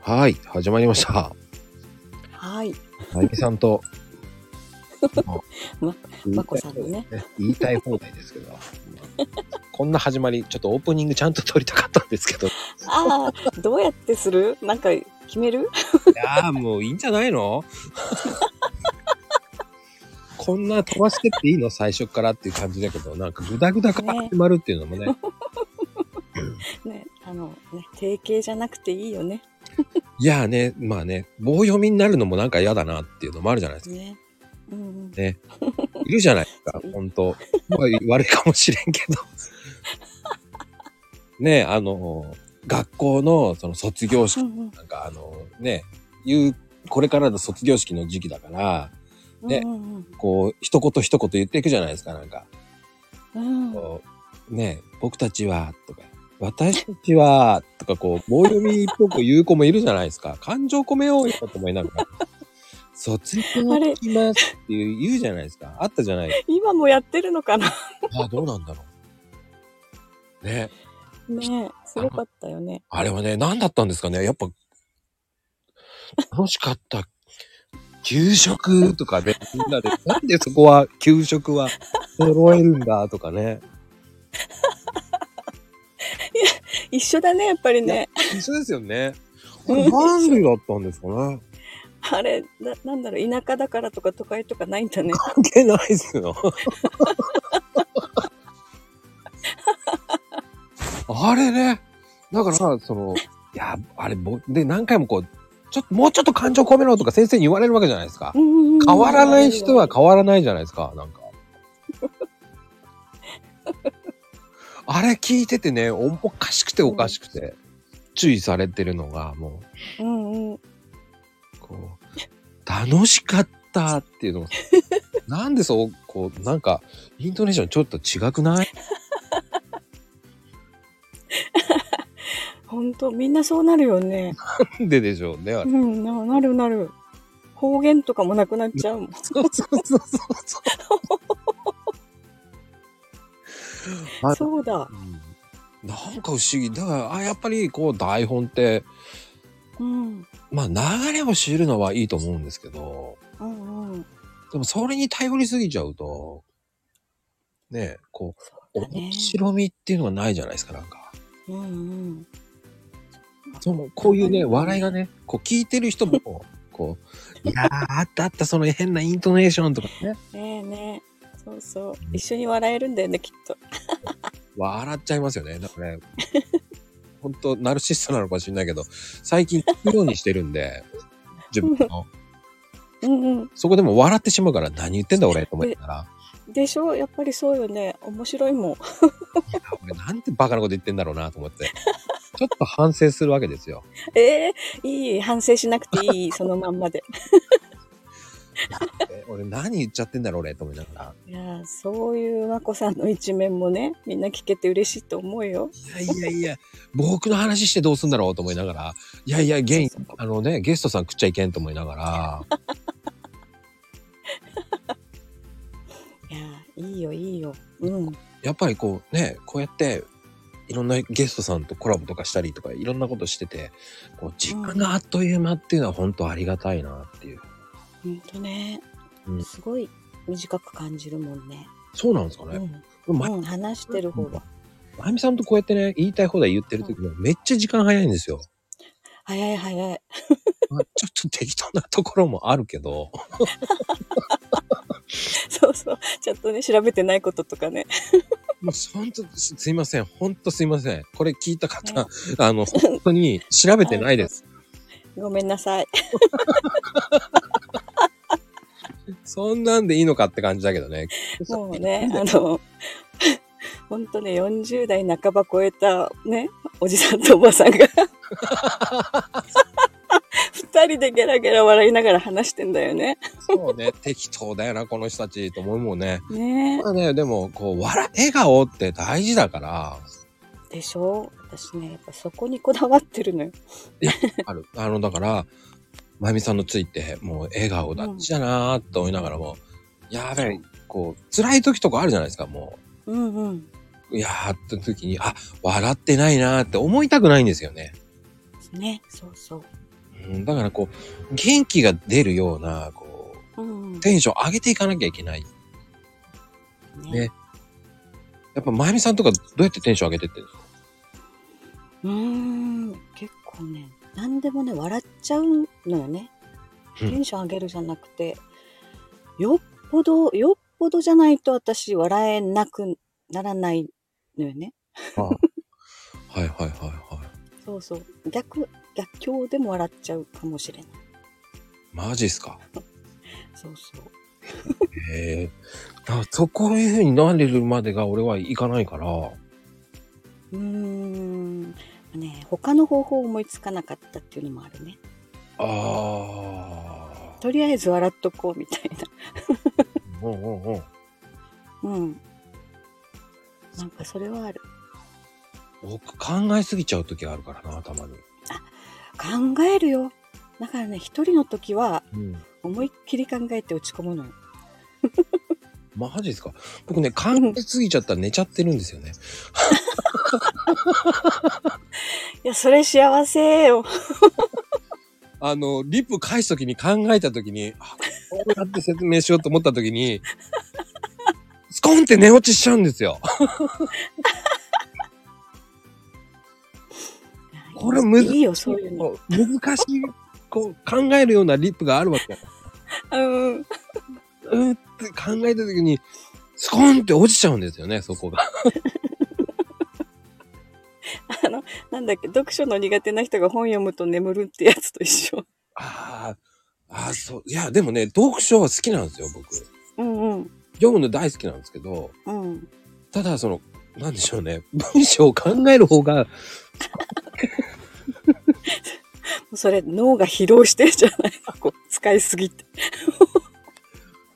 はい、始まりました。はい。なゆみさん と。ま言いたいまこさんのね。言いたい放題ですけど。こんな始まり、ちょっとオープニングちゃんと撮りたかったんですけど。いああ、どうやってするなんか決めるやー、もういいんじゃないのこんな飛ばしてっていいの最初からっていう感じだけど、なんかグダグダから始まるっていうのもね。ね、あの、ね、定型じゃなくていいよね。いやーね、まあね、棒読みになるのもなんか嫌だなっていうのもあるじゃないですか。ね。うんうん、いるじゃないですか、本当。まあ悪いかもしれんけど。 ねえ、あの、学校のその卒業う式んなんか、あの、ね、いう、これからの卒業式の時期だから、うん、ねうんうんこう、一言一言言っていくじゃないですか、なんか。うん、うんこうねえ、僕たちは、とか、私たちは、とか、こう、棒読みっぽく言う子もいるじゃないですか。 感情込めようよ、と思いながら。卒業行きますっていう言うじゃないですか。あったじゃない今もやってるのかな あ、どうなんだろう。ね、ねすごかったよね。あれはね、何だったんですかね。やっぱ、楽しかった。給食とかね、みんなで、なんでそこは、給食は揃えるんだとかね。一緒だね、やっぱりね。一緒ですよね。これなんでだったんですかね。あれ、ななんだろう、田舎だからとか都会とかないんだね。関係ないっすよ。 あれね。だからさ、その、いや、あれ、ぼで、何回もこう、ちょっと、もうちょっと感情込めろとか先生に言われるわけじゃないですか。変変わらない人は変わらないじゃないですか、 なんか。あれ聞いててね、おおかしくておかしくて、注意されてるのが、もうんうん。う、こう、楽しかったっていう のが、なんでそう、こう、なんか、イントネーションちょっと違くないほんと、みんなそうなるよね。なんででしょうね、あうれ。ん、ななるなる。方言とかもなくなっちゃうもん。そうそうそうそうそう。あそうだ。うんなんか不思議。だから、あやっぱりこう台本って、うん。まあ流れを知るのはいいと思うんですけど、うんうん。でもそれに頼りすぎちゃうと、ねえ、こう、だね面白みっていうのがないじゃないですか、なんか。うんうん。その、こういうね、うん笑いがね、こう聞いてる人も、こう、いやー、あったあった、その変なイントネーションとかね、ねえねえ。そうそう。一緒に笑えるんだよね、きっと。笑っちゃいますよね。だからね、ほんと、ナルシストなのかもしれないけど、最近聞くようにしてるんで、自分の。うんうそこでも笑ってしまうから、何言ってんだ俺、と思いながら。ん。でしょやっぱりそうよね。面白いもん。 いや俺なんてバカなこと言ってんだろうなと思って、ちょっと反省するわけですよ。ええいい。反省しなく ていい。そのまんまで。え俺何言っちゃってんだろう俺と思いながいやーそういうまこさんの一面もね、みんな聞けて嬉しいと思うよ。ら、いやいやいや、僕の話してどうすんだろうと思いながら、いやいや、ゲインそうそうあのね、ゲストさん食っちゃいけんと思いながら、 いやーいいよ、いいよ。うん。やっぱりこうね、こうやって、いろんなゲストさんとコラボとかしたりとか、いろんなことしてて、こう時間があっという間っていうのは本当ありがたいなっていう。ほんとねう。んすごい短く感じるもんね。そうなんですかうね。ん。まうん、話してる方が。まゆみさんとこうやってね、言いたい放題言ってる時もめっちゃ時間早いんですよ。早い早い。 まあ ちょっと適当なところもあるけど、そうそう。ちゃんとね、調べてないこととかね。もう本当すすいません、本当すいません。これ聞いた方、ねあの、本当に調べてない です。ごめんなさい。そんなんでいいのかって感じだけどね。もうね、あの、 本当ね、40代半ば超えたね、おじさんとおばさんが、二人でゲラゲラ笑いながら話してんだよね。そうね、適当だよな、この人たちと思うもんね。ねまあね、でも、こう、笑、笑顔って大事だから、でしょ私ね、やっぱそこにこだわってるのよ。ある、あの、だから、まゆみさんのついて、もう笑顔だっちだなーって思いながらも、やべえ、こう、辛い時とかあるじゃないですか、もう。うんうん。いやーって時に、あ、笑ってないなーって思いたくないんですよね。ね、そうそう。うん、だからこう、元気が出るような、こうんう、。テンション上げていかなきゃいけない。ねやっぱ、まゆみさんとかどうやってテンション上げてってるんですかうーん。結構ね、何でもね、笑っちゃうのよね。うテんンション上げるじゃなくて、よっぽど、よっぽどじゃないと私笑えなくならないのよね。 はいはいはいはい。そうそう。逆、逆境でも笑っちゃうかもしれない。マジっすかそうそう。へえ。だからそこういう風になれるまでが俺は行かないから。うーん。ね、他の方法思いつかなかったっていうのもあるね。あとりあえず笑っとこうみたいあ。うんうんうん。な。うん。なんかそれはある。僕考えすぎちゃう時があるからな、たまに。考えるよ。だからね、一人の時はうん。思いっきり考えて落ち込むのよ。マジですか僕ね、考えすぎちゃったら寝ちゃってるんですよね。いや、それ幸せよ。あの、リップ返す時に考えた時に、あこうやって説明しようと思った時に、スコンって寝落ちしちゃうんですよ。これむずいいよ、そういうの。こう難しい、こう考えるようなリップがあるわけだからうん。うーって考えた時に、スコーンって落ちちゃうんですよね、そこが。あの、なんだっけ、読書の苦手な人が本読むと眠るってやつと一緒。ああ、ああ、そう。いや、でもね、読書は好きなんですよ、僕。うんうん。読むの大好きなんですけど、うん。ただ、その、なんでしょうね、文章を考える方が、それ、脳が疲労してるじゃない こう、使いすぎて。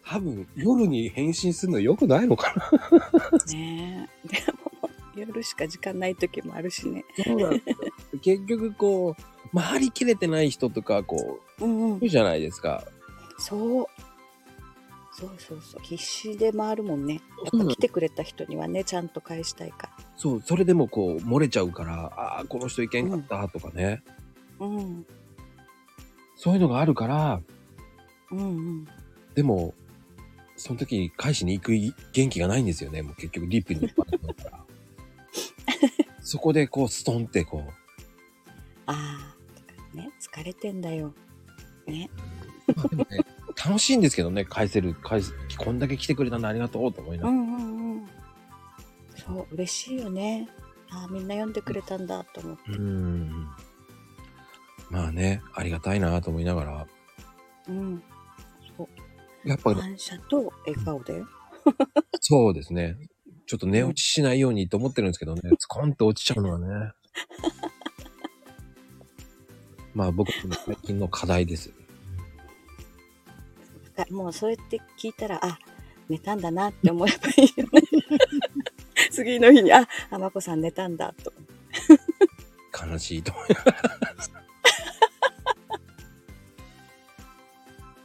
多分、夜に返信するの良くないのかな。ねえ。でも、夜しか時間ない時もあるしね。そうなんですよ結局、こう、回りきれてない人とか、こう、うんうんい。るじゃないですか。そう。そうそうそう。必死で回るもんね。やうっんぱ来てくれた人にはね、ちゃんと返したいかそう、それでもこう、漏れちゃうから、ああ、この人いけんかった、とかね。ら。うん。そういうのがあるから、うんうん。でも、その時返しに行く元気がないんですよね。もう結局リップに引っ張ってもらったから。そこでこうストンってこああ。とかね、疲れてんだよ。ね。う。まあでもね、楽しいんですけどね、返せる、返す、こんだけ来てくれたのありがとうと思いながうら。んうんうん。そう、嬉しいよね。ああ、みんな読んでくれたんだと思うう。ん。まあね、ありがたいなと思いながら。うん。そう。やっぱ感謝と笑顔だよ。そうですね。ちょっと寝落ちしないようにと思ってるんですけどね、スコンと落ちちゃうのはね。まあ僕の最近の課題です。だからもうそうやって聞いたら、あ、寝たんだなって思えばいいよ ね。次の日に、あ、あまこさん寝たんだと。悲しいと思い ます。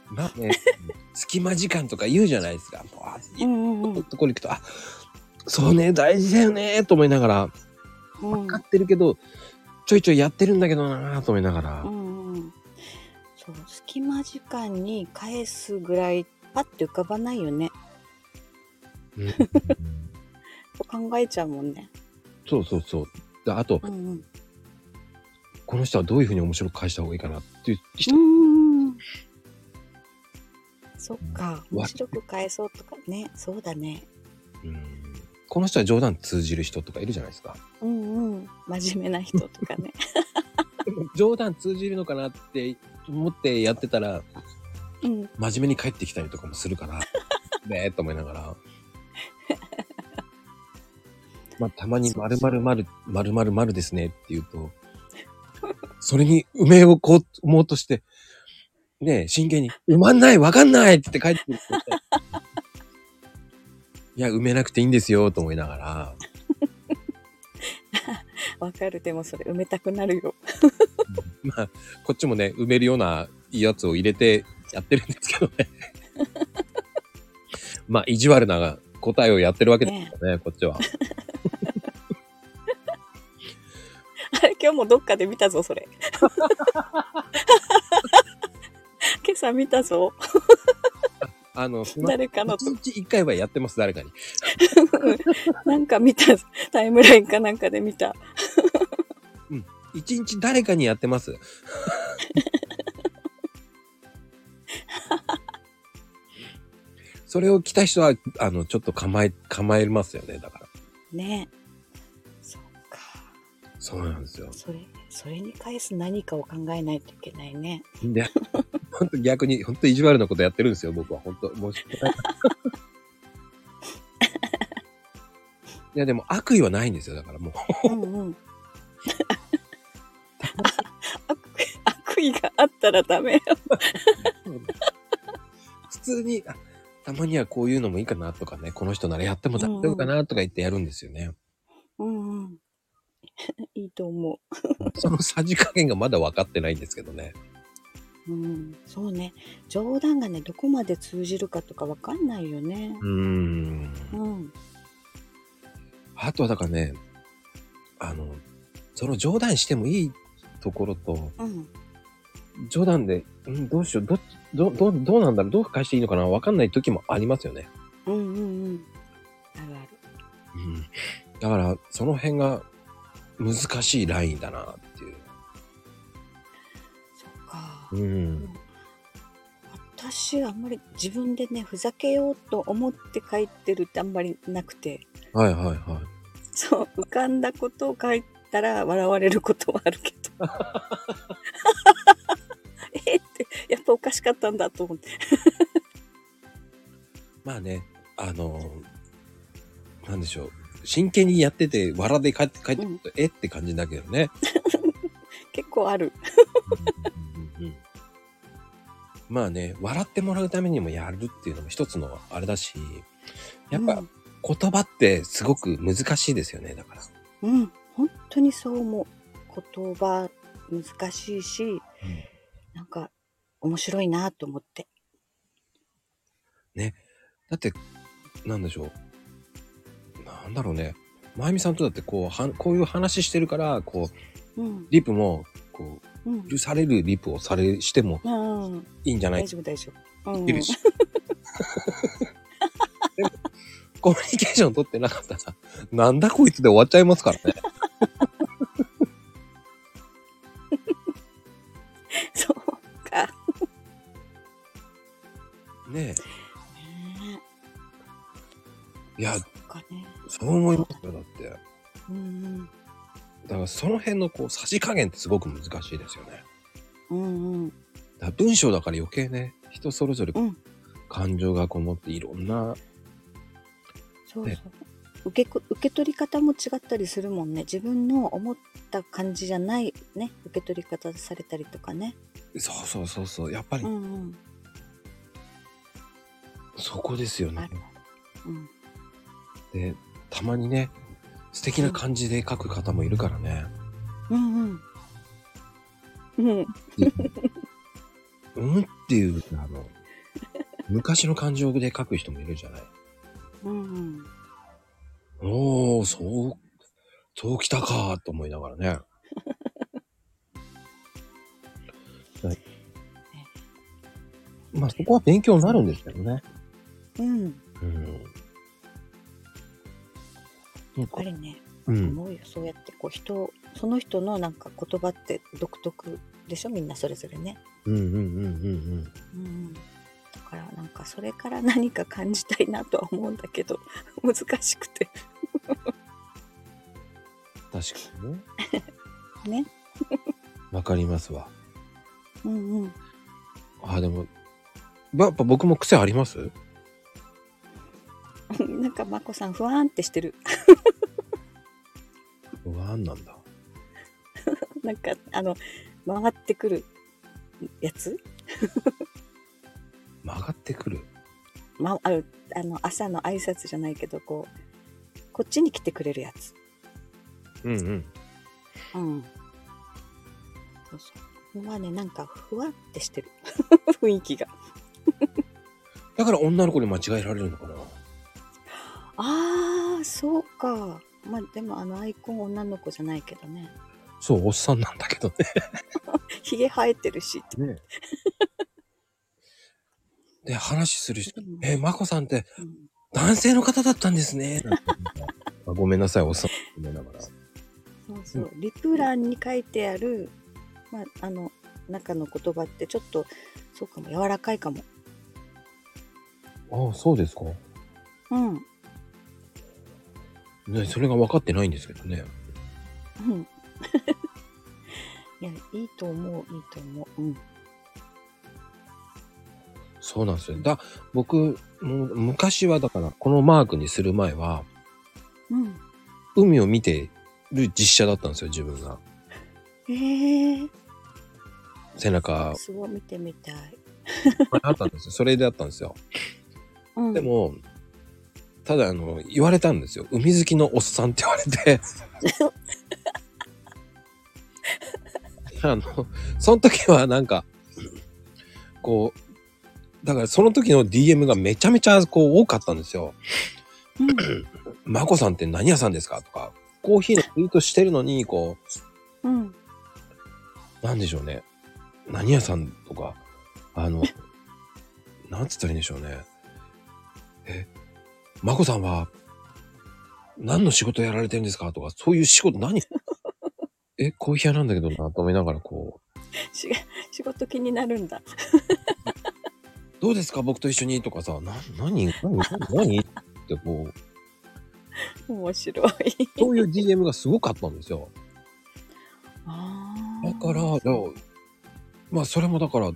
まあね、隙間時間とか言うじゃないですか。もううあんうんういいん。ところに行くと、あそうね、大事だよね、と思いながら、うん分かってるけど、ちょいちょいやってるんだけどな、と思いながらう、んうんそう隙間時間に返すぐらいパッて浮かばないよねうん考えちゃうもんねそうそうそう。であと、うんうんこの人はどういうふうに面白く返した方がいいかなっていうう人、んうんそっかうん面白く返そうとかねそうだねうんこの人は冗談通じる人とかいるじゃないですか。うんうん真面目な人と かね冗談通じるのかなって思ってやってたら、うん真面目に帰ってきたりとかもする から、ねえと思いながら。まあ、たまにそう〇〇〇、〇〇〇ですねって言うと、それに埋めをこう思おうとして、ねえ、真剣に、埋まんないわかんないって帰ってくる人いて。 いや、埋めなくていいんですよ、と思いながら。わかるでもそれ埋めたくなるよ まあ、こっちもね、埋めるようなやつを入れてやってるんですけど ね。まあ、意地悪な答えをやってるわけですよね、こっちは。あれ今日もどっかで見たぞそれ 今朝見たぞ。あ の、すま誰かの一日一回はやってます、誰かに。なんか見た。タイムラインかなんかで見た。一日誰かにやって ます。それを着た人は、あの、ちょっと構え、構えますよね、だから。ねそっか。そうなんですよ。それ、それに返す何かを考えないといけないね。で、 本当逆に、本当意地悪なことやってるんですよ、僕は。本当申し訳 ない。いや、でも悪意はないんですよ、だからもう。 うんうん。 悪悪意があったらダメよ。普通に、あたまにはこういうのもいいかなとかね、この人ならやっても大丈夫かなとか言ってやるんですよね。うんうん。 いいと思そのさじ加減がまだ分かってないんですけどね。う。うん。そうね。冗談がね、どこまで通じるかとかわかんないよね。うーん。うん。あとはだからね、あの、その冗談してもいいところと、うん。冗談で、うん、どうしよう、どっち、ど、ど、どうなんだろう、どう返していいのかな、分かんない時もありますよね。うんうんうん。あるある。うん。だから、その辺が難しいラインだなっていう。そっか。うん。私、あんまり自分でね、ふざけようと思って書いてるってあんまりなくて。はいはいはい。そう、浮かんだことを書いたら笑われることはあるけ ど。えって、やっぱおかしかったんだと思って。まあね、あの、なんでしょう。真剣にやってて、笑で帰って、帰ってくると、えって感じだけどね。結構ある。まあね、笑ってもらうためにもやるっていうのも一つのあれだし、やっぱうん、言葉ってすごく難しいですよね、だから。うん、本当にそう思う。言葉難しいし、なんか面白いなと思って。だって、なんでしょう。なんだろうね。まゆみさんとだってこう、はんこういう話してるから、こう、うん、リプも、こうんう、許、されるリプをされ、してもうん、いいんじゃない大丈夫大丈夫。うん、いるし。でもコミュニケーション取ってなかったら、なんだこいつで終わっちゃいますからね。そうか。ねねえ。いやえ、そっかね。そう思いますよ、だって。うんだからその辺のこう、差し加減ってすごく難しいですよね。うん、うんうん、だから文章だから余計ね、人それぞれうん感情がこもっていろんな、そうねそう。受けこ受け取り方も違ったりするもんね。自分の思った感じじゃないね、受け取り方されたりとかね。そうそうそうそう、やっぱりうんうん、そこですよあねる。ある。うんで、たまにね、素敵な感じで書く方もいるからね。うんうん。うん。うんっていう、あの、昔の感情で書く人もいるじゃない。うんうん。おー、そう、そうきたかと思いながらね。はいまあそこは勉強になるんですけどね。うん。うん。やっぱりね、うん。思うよ。そうやってこう人、その人のなんか言葉って独特でしょみんなそれぞれね。うんうんうんうんうんうん。だからなんかそれから何か感じたいなとは思うんだけど、 難しくて。確かにね。ね。 わかりますわ。うんうん。あ、でも、やっぱ僕も癖ありますなんかまこさん不安ってしてる。不安なんだ。なんかあの回ってくるやつ、曲がってくる。ま、ああの朝の挨拶じゃないけどこうこっちに来てくれるやつ。うんうん。うん。そうそう。まあねなんかふわってしてる 雰囲気が。だから女の子に間違えられるのかなああそうか。まあでもあのアイコン女の子じゃないけど ね。そう、おっさんなんだけどね。ひげ生えてるしって。ね で、話する人、うんえ、まこさんってうん男性の方だったんですね。なんて言って あごめんなさい、おっさん。ごめんながら。そうそうリプ欄に書いてある、まあ、あの中の言葉ってちょっとそうかも柔らかいかもああ、そうですか。うん、ね、それが分かってないんですけどね。 うん、いやいいと思ういいと思ううんそうなんですよ。だ、僕、もう昔はだから、このマークにする前は、うん海を見てる実写だったんですよ、自分が。ええ背中、すごい見てみたい、あったんですよ。 それであったんですよ。うん、でも、ただ、あの、言われたんですよ。海好きのおっさんって言われて。あの、その時はなんか、こう、だからその時の DM がめちゃめちゃこう多かったんですよ。まこさんって何屋さんですかとか、コーヒーのツイートしてるのに、こうん、うんう、なんでしょうね。何屋さんとか、あの、なんつったらいいんでしょうね。え、まこさんは、何の仕事やられてるんですかとか、そういう仕事何 え、コーヒー屋なんだけどな、と思いながらこう、し 仕事気になるんだどうですか僕と一緒にとかさ、な、何、何、何ってこう、面白いそういう DM がすごかったんですよ。あだから、あじゃあまあそれもだから、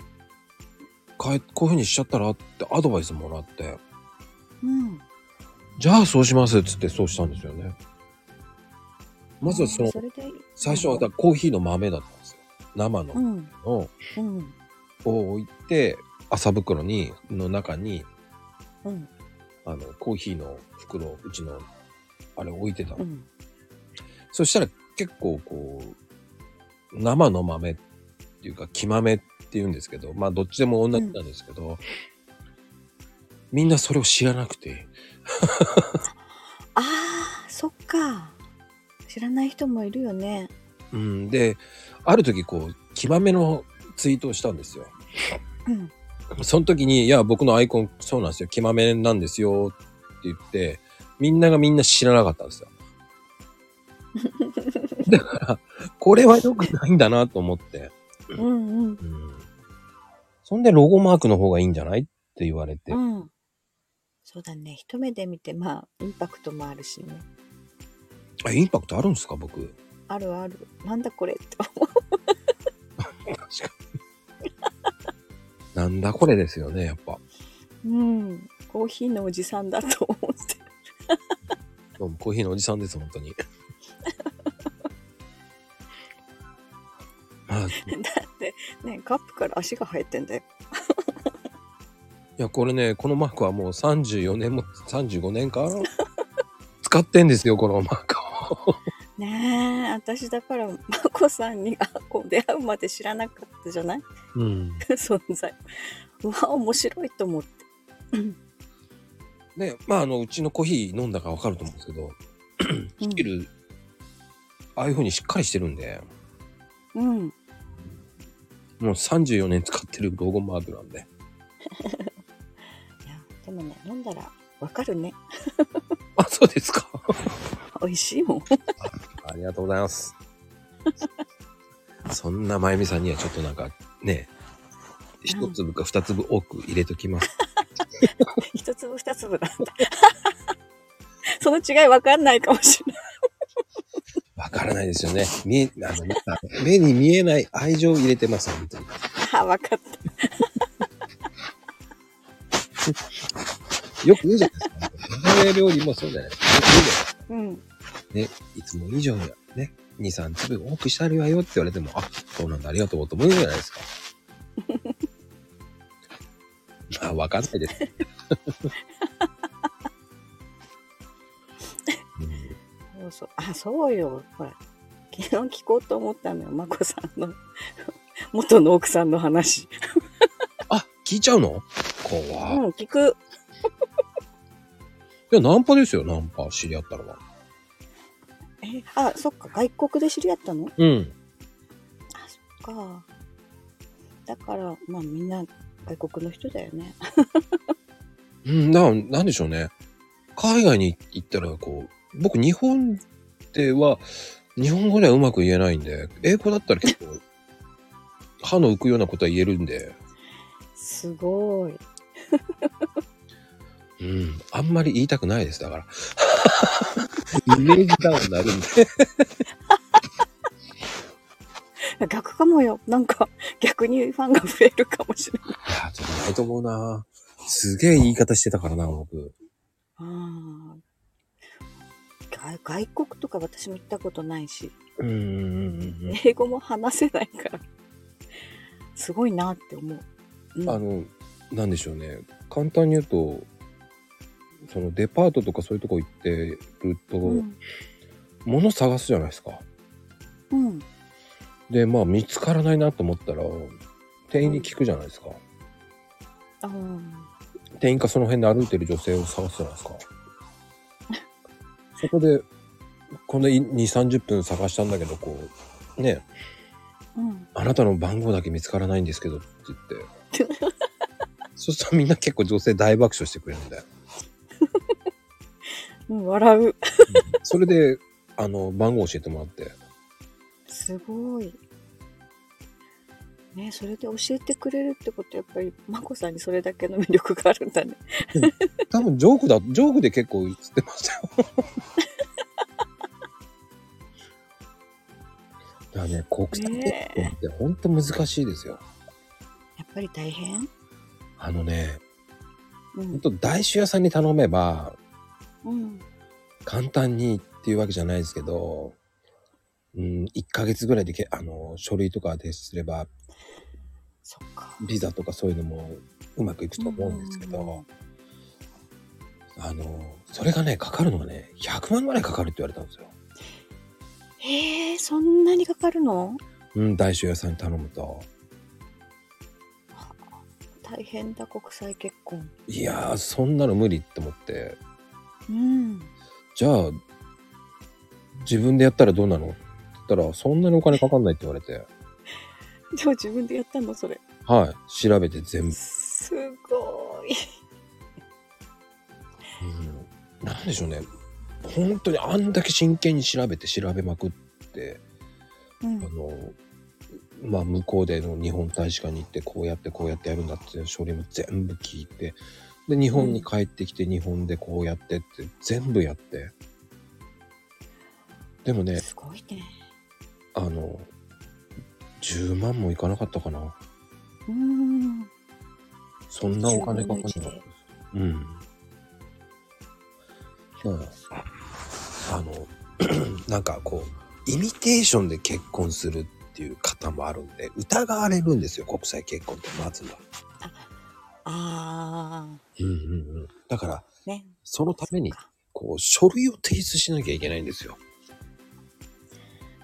変え、こういうふうにしちゃったらってアドバイスもらって、うんじゃあそうしますっつってそうしたんですよね。まずはその、れで最初はだからコーヒーの豆だったんですよ。生のうんをうんを置いて、麻袋に、の中に、うんあの、コーヒーの袋を、うちの、あれ置いてたのうんそしたら結構こう、生の豆っていうか、木豆って言うんですけど、まあどっちでも同じなんですけど、みんなそれを知らなくて、あーそっか知らない人もいるよねうん、で、ある時こう、木豆のツイートをしたんですよ。うんその時に、いや、僕のアイコン、そうなんですよ、木豆なんですよって言って、みんながみんな知らなかったんですよ。だから、これは良くないんだなと思って。うんうんうんそんでロゴマークの方がいいんじゃないって言われて、うん、そうだね一目で見てまあインパクトもあるしねあインパクトあるんですか僕あるあるなんだこれって確かに なんだこれですよねやっぱうんコーヒーのおじさんだと思ってどうもコーヒーのおじさんです本当 にまあいだってねカップから足が生えてんだよやこれねこのマークはもう34年も35年か 使ってんですよこのマークをねえ私だからまこさんにあこう出会うまで知らなかったじゃないうん 存在うわ面白いと思ってうんねまああのうちのコーヒー飲んだからわかると思うんですけどうんスキルああいう風にしっかりしてるんでうんもう34年使ってるロゴマークなんで。いやでもね飲んだらわかるねあ、そうですか。美味しいもん ありがとうございます。そんなまゆみさんにはちょっとなんかね、一粒か二粒多く入れときます。一粒二粒なんだ その違いわかんないかもしれないわからないですよね。見え、あの、なんか目に見えない愛情を入れてます、本当に。あわかったよく言うじゃないですか。 母親料理もそうじゃないですか。よく言うじゃないですかうんね、いつも以上にはね、二三粒多くしてあるわよって言われても、あ、そうなんだ、ありがとうと思うじゃないです か。まあ、わかん ないです。うんそうそうあそうよほら昨日聞こうと思ったのよまこさんの 元の奥さんの話あ、聞いちゃうのう怖い。いん聞くや、ナンパですよ、ナンパ、知り合ったのは。えあそっか外国で知り合ったのうん。あそっかだからまあみんな外国の人だよね。 うん、な、なんでしょうね。海外に行ったら、こう、僕、日本では、日本語ではうまく言えないんで、英語だったら結 構、歯の浮くようなことは言えるんで、すごい。うん、あんまり言いたくないです、だから。イメージダウンになるんで。逆かもよ。なんか、逆にファンが増えるかもしれない。いや、じゃないと思うなすげえ言い方してたからな、僕。あー外外国とか私も行ったことないし、うんうんうん英語も話せないから、すごいなって思う。うんあの、なんでしょうね。簡単に言うと、そのデパートとかそういうとこ行ってると、うん、物探すじゃないですか。うん、で、まあ見つからないなと思ったら、店員に聞くじゃないですか。あー店員かその辺で歩いてる女性を探すじゃないですか。そこで、この2、30分探したんだけど、こう、ね、うん、あなたの番号だけ見つからないんですけどって言って。そうするとみんな結構女性大爆笑してくれるんだよ。うん、笑う。それで、あの、番号教えてもらって。すごい。ねそれで教えてくれるってことやっぱり眞子さんにそれだけの魅力があるんだね。多分ジョークだ、ジョークで結構言ってましたよ。だからね、国際結婚ってほんと難しいですよ。やっぱり大変あのね、うほんん。と大衆屋さんに頼めばうん。簡単にっていうわけじゃないですけど、うん、1ヶ月ぐらいでけ、あの、書類とか提出すればそっか。ビザとかそういうのもうまくいくと思うんですけど、あの、それがね、かかるのがね、100万ぐらいかかるって言われたんですよ。へえ、そんなにかかるのうん、大衆屋さんに頼むと。大変だ、国際結婚。いやー、そんなの無理って思って、うん。じゃあ、自分でやったらどうなのって言ったら、そんなにお金かかんないって言われて、でも自分でやったのそれ。はい、調べて全部。すごい。うん、なんでしょうね。本当にあんだけ真剣に調べて調べまくって、うんあ。の、まあ、向こうでの日本大使館に行って、こうやってこうやってやるんだっていう書類も全部聞いて、で、日本に帰ってきて、日本でこうやってって、全部やって。でもね、すごいね。あの、10万もいかなかったかな。うん。そんなお金かかんなか10った分の一で。うん。まあ、あの、 なんかこう、イミテーションで結婚するっていう方もあるんで、疑われるんですよ、国際結婚って、まずは。あうんうんうん。だから、あ。ね。そのためにそっ、かこう、書類を提出しなきゃいけないんですよ。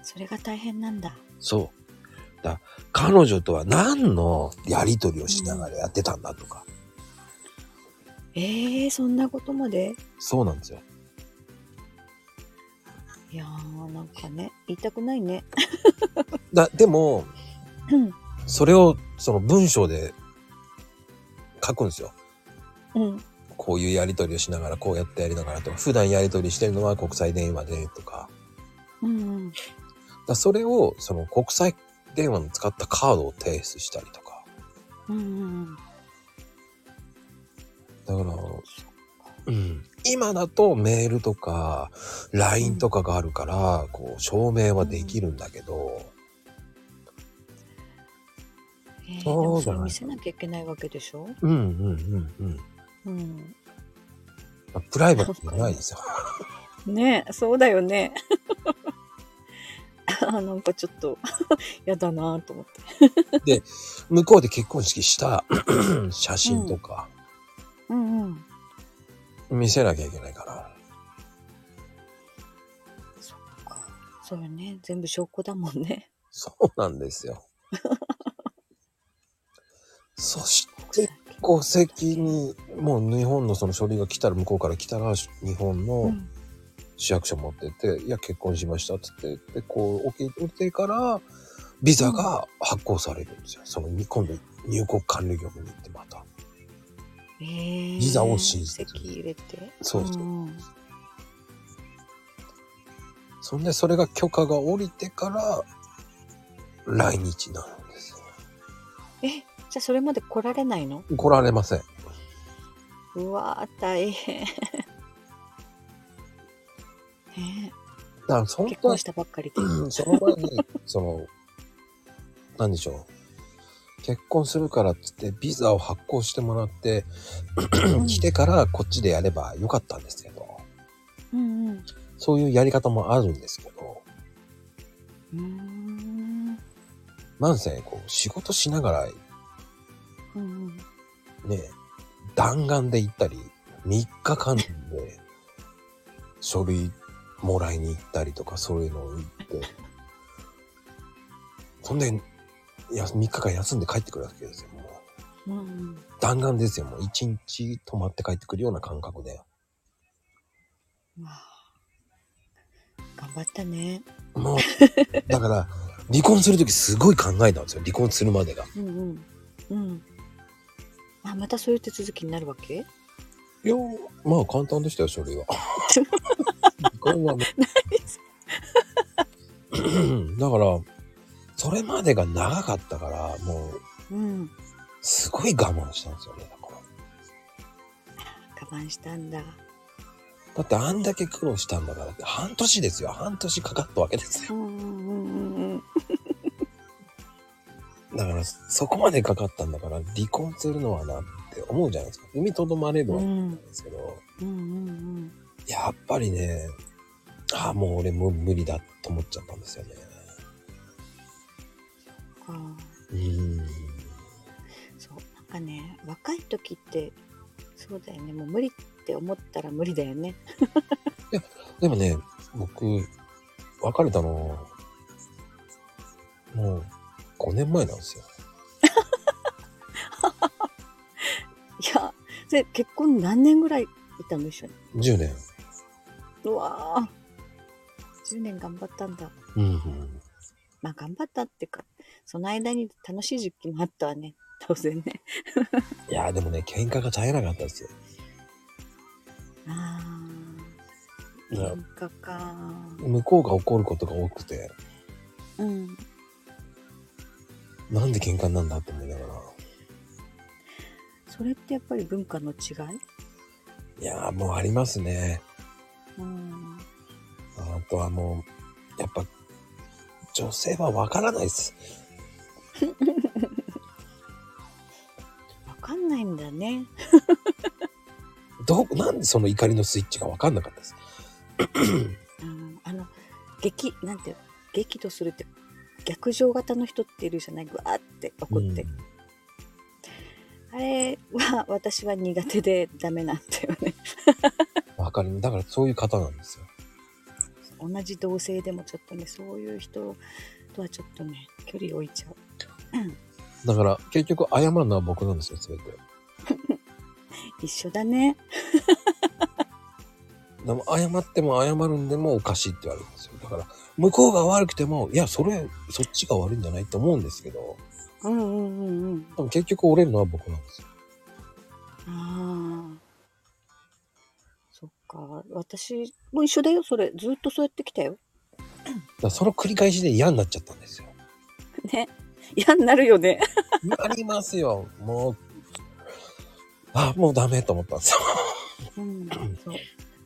それが大変なんだ。そう。だ彼女とは何のやりとりをしながらやってたんだとか、ええ、そんなことまでそうなんですよ。いやーなんかね言いたくないね。 だでも、うんそれをその文章で書くんですよ。うんこういうやり取りをしながら、こうやってやりながらとか、普段やり取りしてるのは国際電話でとか、うんだからそれをその国際電話の使ったカードを提出したりとか、うんうんだから、うん、今だとメールとか LINE とかがあるから、こう証明はできるんだけど、えー、でそもうじそゃれない見せなきゃいけないわけでしょ。うんうんうんうんうんまあ。プライバシーがない ですよ。ねそうだよね。 あなんかちょっと やだなーと思って。向こうで結婚式した 写真とかうんうん。見せなきゃいけないから。そっか。そうよね全部証拠だもんね。そうなんです よ。そして、国際結戸籍に、もう日本のその書類が来たら、向こうから来たら、日本うのん市役所持ってって、いや、結婚しましたっつって、で、こう、受け取ってから、ビザが発行されるんですよ。その、今度、入国管理局に行ってまた。えー、ビザを申請する籍入れて。そうそう。んんそんで、それが許可が下りてから、来日なんですよ。え、じゃあそれまで来られないの来られません。うわー、大変。 ねだから、本結当は婚したばっかりで。うんその前に、 その、なんでしょう。結婚するからっつって、ビザを発行してもらって、ん来てからこっちでやればよかったんですけど、うんうん。うそういうやり方もあるんですけど、ーん。なんせ、こう、仕事しながら、うんうん。ね、弾丸で行ったり、3日間で書類もらいに行ったりとか、そういうのを行って、そんで、いや3日間休んで帰ってくるわけですよ、もう。うんうん。弾丸ですよ。もう一日泊まって帰ってくるような感覚で。まあ。頑張ったね。もう、 だから、離婚するときすごい考えたんですよ。離婚するまでが。うんうん。うん。あ、またそういう手続きになるわけいや、まあ簡単でしたよ、書類は。離婚はね。だから、それまでが長かったから、もう、うん。すごい我慢したんですよね。だから。我慢したんだ。だってあんだけ苦労したんだから、半年ですよ。半年かかったわけですよ。うんうんうんうんうん。だから、そこまでかかったんだから、離婚するのはなって思うじゃないですか。踏みとどまれるわけうんですけど、うんうんやっぱりね、ああ、もう俺もう無理だと思っちゃったんですよね。うん。あうーん。ーそう。なんかね、若い時って、そうだよね。もう無理って思ったら無理だよね。でもね、僕、別れたの、もう5年前なんですよ。いや、で結婚何年ぐらいいたの一緒に。 10年。うわぁ。10年頑張ったんだ。うんうん。まあ頑張ったっていうか、その間に楽しい時期もあったわね。当然ね。いやーでもね、喧嘩が絶えなかったですよ。ああ。いや喧嘩か。向こうが怒ることが多くて、うん。なんで喧嘩なんだって思いながら。それってやっぱり文化の違いいやーもうありますね。うん。あとはもう、やっぱ、女性はわからないです。わかんないんだね。どう、なんでその怒りのスイッチがわかんなかったです。うん。あの、激、なんていうの激怒するって、逆上型の人っているじゃないぐわーって怒って。うんあれは私は苦手でダメなんだよね。わかる。だからそういう方なんですよ。同じ同性でもちょっとねそういう人とはちょっとね距離置いちゃうだから結局謝るのは僕なんですよ、すべて。一緒だねでも謝っても謝るんでもおかしいって言われるんですよ。だから向こうが悪くても、いや、それ、そっちが悪いんじゃないって思うんですけど、うんうんうんうんでも結局折れるのは僕なんですよ。ああそっか私も一緒だよそれずっとそうやってきたよ だからその繰り返しで嫌になっちゃったんですよ。 ね嫌になるよねなりますよ。もう、あ、もうダメと思ったんですよ。 うんそう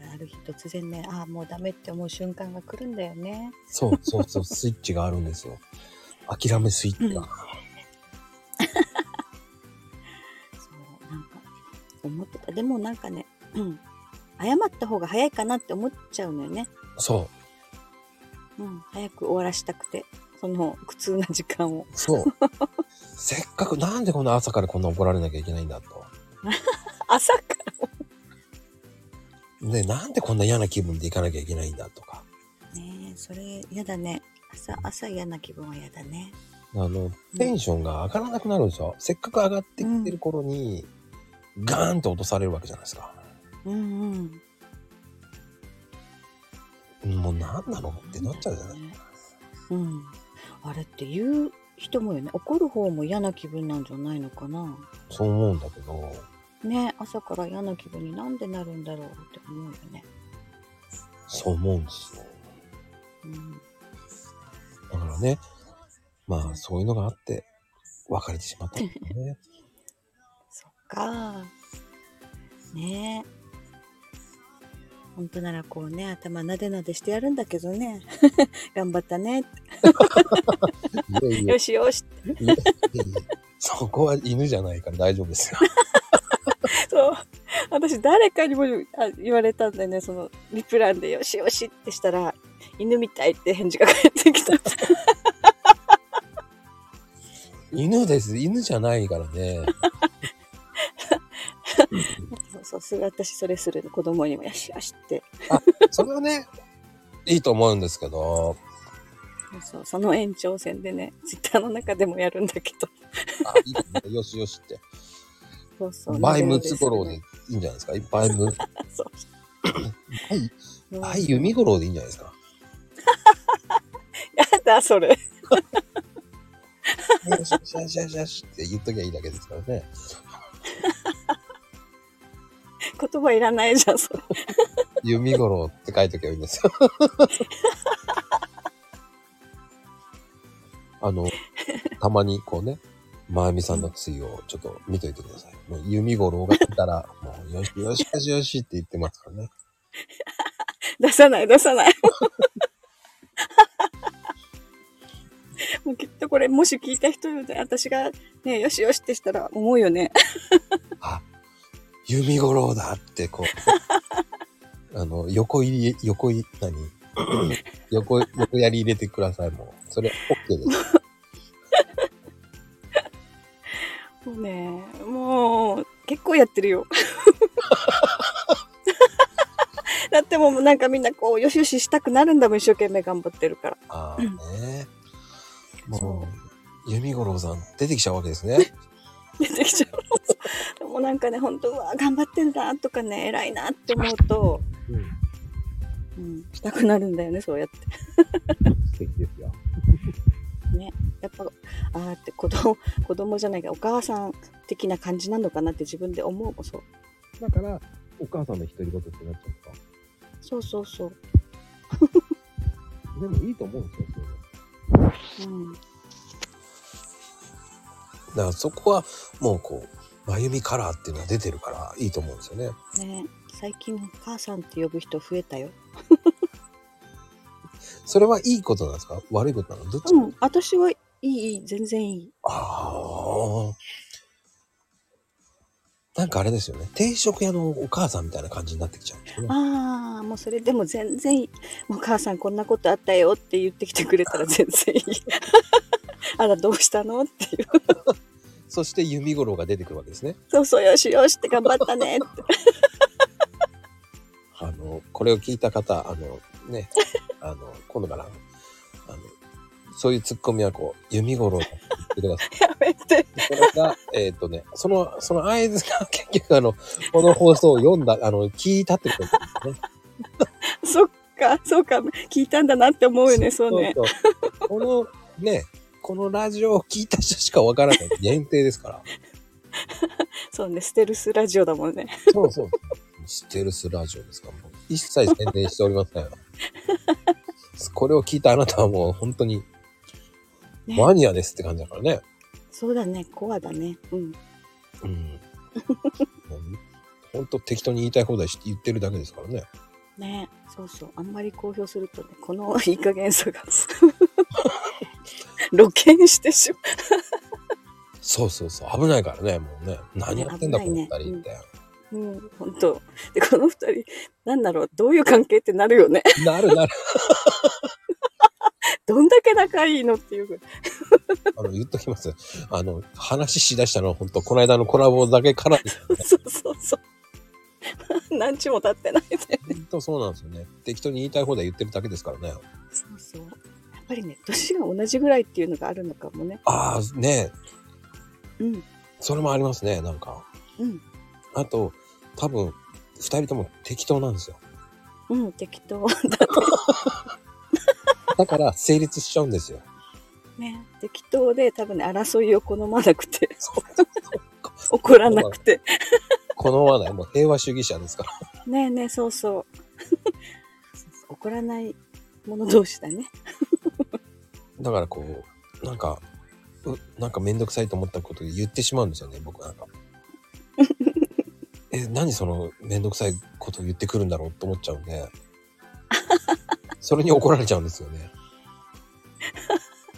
ある日突然ねああもうダメって思う瞬間が来るんだよねそうそうそう、スイッチがあるんですよ。諦めスイッチが。そうなんか思ってたでもなんかねうん謝った方が早いかなって思っちゃうのよねそう。うん、早く終わらしたくてその苦痛な時間をそう。 せっかく、なんでこんな朝からこんな怒られなきゃいけないんだと。朝かで、なんでこんな嫌な気分で行かなきゃいけないんだとか。らねえそれ嫌だね朝朝嫌な気分は嫌だねあの、テンションが上がらなくなるんですよ。せっかく上がってきてる頃に、ガーンと落とされるわけじゃないですか。うんうんもう何なのってなっちゃうじゃないねうんあれって言う人もよね怒る方も嫌な気分なんじゃないのかなそう思うんだけど、ね朝から嫌な気分になんでなるんだろうって思うよね、そう思うんですよ。うん、だからね、まあそういうのがあって、別れてしまったんだよね。そっかねえ本当ならこうね頭なでなでしてやるんだけどね 頑張ったねいやいやよしよしいやいやいやそこは犬じゃないから大丈夫ですよ。そう私誰かにもあ言われたんだよねそのリプランで「よしよし」ってしたら「犬みたい」って返事が返ってきた犬です。犬じゃないからね。そうそうする私それするの子供にも「よしよし」ってそれはね、いいと思うんですけど、そうそうその延長線でねツイッターの中でもやるんだけどあ、いいねよしよしって。そうそうバイムツゴロウでねいいんじゃないですか。バイム、そうバイユミゴロウでいいんじゃないですか。やだそれよしよしよしよしよしって言っときゃいいだけですからね。言葉いらないじゃんそれユミゴロウって書いときゃいいんですよ。 あの、たまにこうね、まゆみさんのついをちょっと見といてください。もうユミゴロウがいたら、もうよしよしよしよしって言ってますからね。出さない出さないもうきっとこれもし聞いた人で私がね「よしよし」ってしたら思うよねあ、ユミゴロウだってこう、 あの、横入り、横入り、 何横、横やり入れてください、もう。それ OK です。もうね、もう、結構やってる よ。だってもうなんかみんなこう、よしよししたくなるんだもん、一生懸命頑張ってるから。ああね。も、そうユミゴロウさん出てきちゃうわけですね。出てきちゃう。でもなんかね、本当うわ、頑張ってんだとかね、偉いなって思うと、うん。うん、したくなるんだよね、そうやって。素敵ですよ。やっぱ、ああって子供、子供じゃないけど、お母さん的な感じなのかなって自分で思うもそう。だから、お母さんの独り言ってなっちゃうとそうそうそう。か。でもいいと思うんですよ、それはうん。だからそこは、もうこう、真由美カラーっていうのが出てるから、いいと思うんですよね。ね最近、お母さんって呼ぶ人増えたよ。それはいいことなんですか悪いことなのどっち、うん、私はいい、いい、全然いい。ああ。なんかあれですよね。定食屋のお母さんみたいな感じになってきちゃうんですよね。ああ、もうそれでも全然いい。もう母さんこんなことあったよって言ってきてくれた ら全然いい。あら、どうしたのっていう。そして、ユミゴロウが出てくるわけですね。そうそう、よしよしって頑張ったねって。あの、これを聞いた方、あの、ね、 あの、今度から、あの、そういうツッコミはこう、弓五郎って言ってくださ い。やめて。それが、えっ、とね、その、その合図が結局あの、この放送を読んだ、あの、聞いたってことですね。そっか、そうか、聞いたんだなって思うよね、そうね。そうそうこの、ね、このラジオを聞いた人しかわからない限定ですから。そうね、ステルスラジオだもんね。そうそう。ステルスラジオですから、もう一切宣伝しておりません。 これを聞いたあなたはもう本当にねマニアですって感じだからね。そうだね、コアだね。うん。うん。本当適当に言いたい放題し言ってるだけですからね。ねそうそう。あんまり公表するとね、このいい加減さが、 露見してしまそうそうそう。危ないからね、もうね。何やってんだ、危このな二い人ねって。う。うん、本当で、この二人、なんだろう、どういう関係ってなるよね。なるなる。どんだけ仲いいのっていうぐらい。あの、言っときます。あの、話しだしたのは本当この間のコラボだけからですよね。そうそうそう。 何日も経ってないで。本当そうなんですよね。適当に言いたい放題言ってるだけですからね。そうそう。やっぱりね、年が同じぐらいっていうのがあるのかもね。ああ、ねえうん。それもありますね、なんか。うん。あと、多分、二人とも適当なんですよ。うん、適当。 だから成立しちゃうんですよ。ね、適当で多分ね、争いを好まなくて、怒らなくて。好まない。もう平和主義者ですから。ねえねえ、そうそう。 怒らない者同士だね。だからこう、なんか、うなんかめんどくさいと思ったこと言ってしまうんですよね、僕なんか。え、何そのめんどくさいこと言ってくるんだろうと思っちゃうんで。それに怒られちゃうんですよね。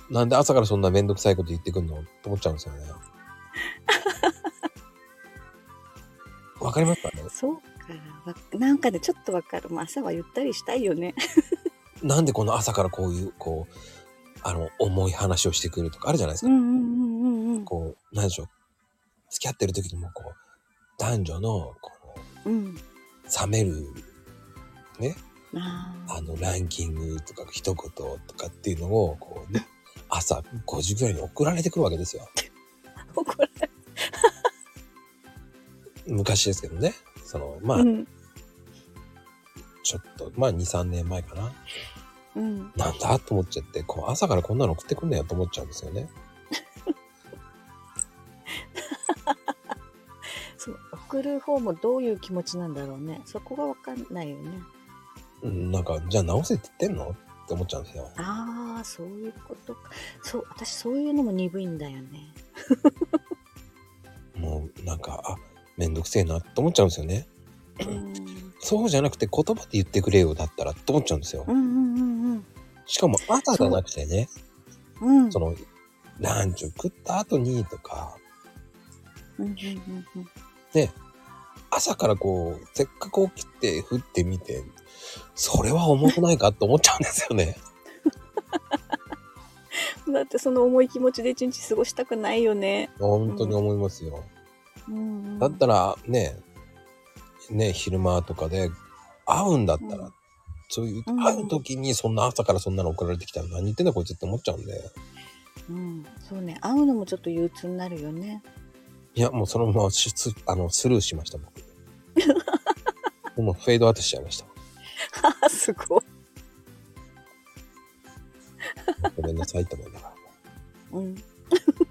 なんで朝からそんなめんどくさいこと言ってくんのと思っちゃうんですよね。わかりますかねそうか。わなんかね、ちょっとわかる。まあ、朝はゆったりしたいよね。なんでこの朝からこういう、こう、あの、重い話をしてくるとかあるじゃないですうか。んうんうんうんうん。こう、なんでしょう。付き合ってる時にもこう、男女の、こうん。の、冷める、ね、ああ。あの、ランキングとか一言とかっていうのを、こうね、朝5時ぐらいに送られてくるわけですよ。怒ら昔ですけどね。その、まあ、うん。ちょっと、まあ、2、3年前かな。うん。なんだと思っちゃって、こう、朝からこんなの送ってくんなよと思っちゃうんですよね。そう。送る方もどういう気持ちなんだろうね。そこがわかんないよね。うん、なんか、じゃあ直せって言ってんのって思っちゃうんですよ。ああ、そういうことか。そう、私そういうのも鈍いんだよね。もう、なんか、あ、めんどくせえなと思っちゃうんですよね。うん。そうじゃなくて言葉で言ってくれよだったらと思っちゃうんですよう。んうんしかも朝じゃなくてね、うんうん。うん。その、ランチを食った後にとか、うんうんうんうん。朝からこう、せっかく起きて降ってみて、それは重くないかと思っちゃうんですよね。だってその重い気持ちで一日過ごしたくないよね。本当に思いますよ。うんだったらね、ね、昼間とかで会うんだったら、うんそういう、うん会う時にそんな朝からそんなの送られてきたら何言ってんだこいつって思っちゃうんで、うん、そうね会うのもちょっと憂鬱になるよねいや、もうそのまましつあのスルーしました、僕。もうフェードアウトしちゃいました。はは すごい、ごめんなさいって思いながら。うん、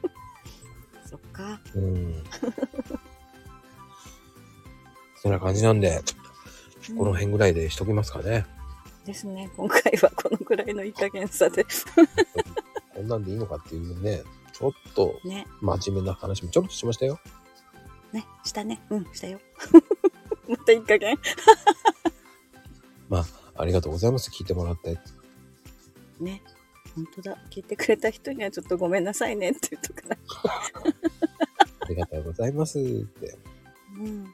そっかうん。そんな感じなんで、うんこの辺ぐらいでしときますかね。ですね今回はこのぐらいのいい加減さでこんなんでいいのかっていうね、ちょっとね真面目な話もちょろっとしましたよ。ねしたねうんしたよ またいい加減まあ、ありがとうございます。聞いてもらって。ね本当だ聞いてくれた人にはちょっとごめんなさいねって言うとかなありがとうございますって。うん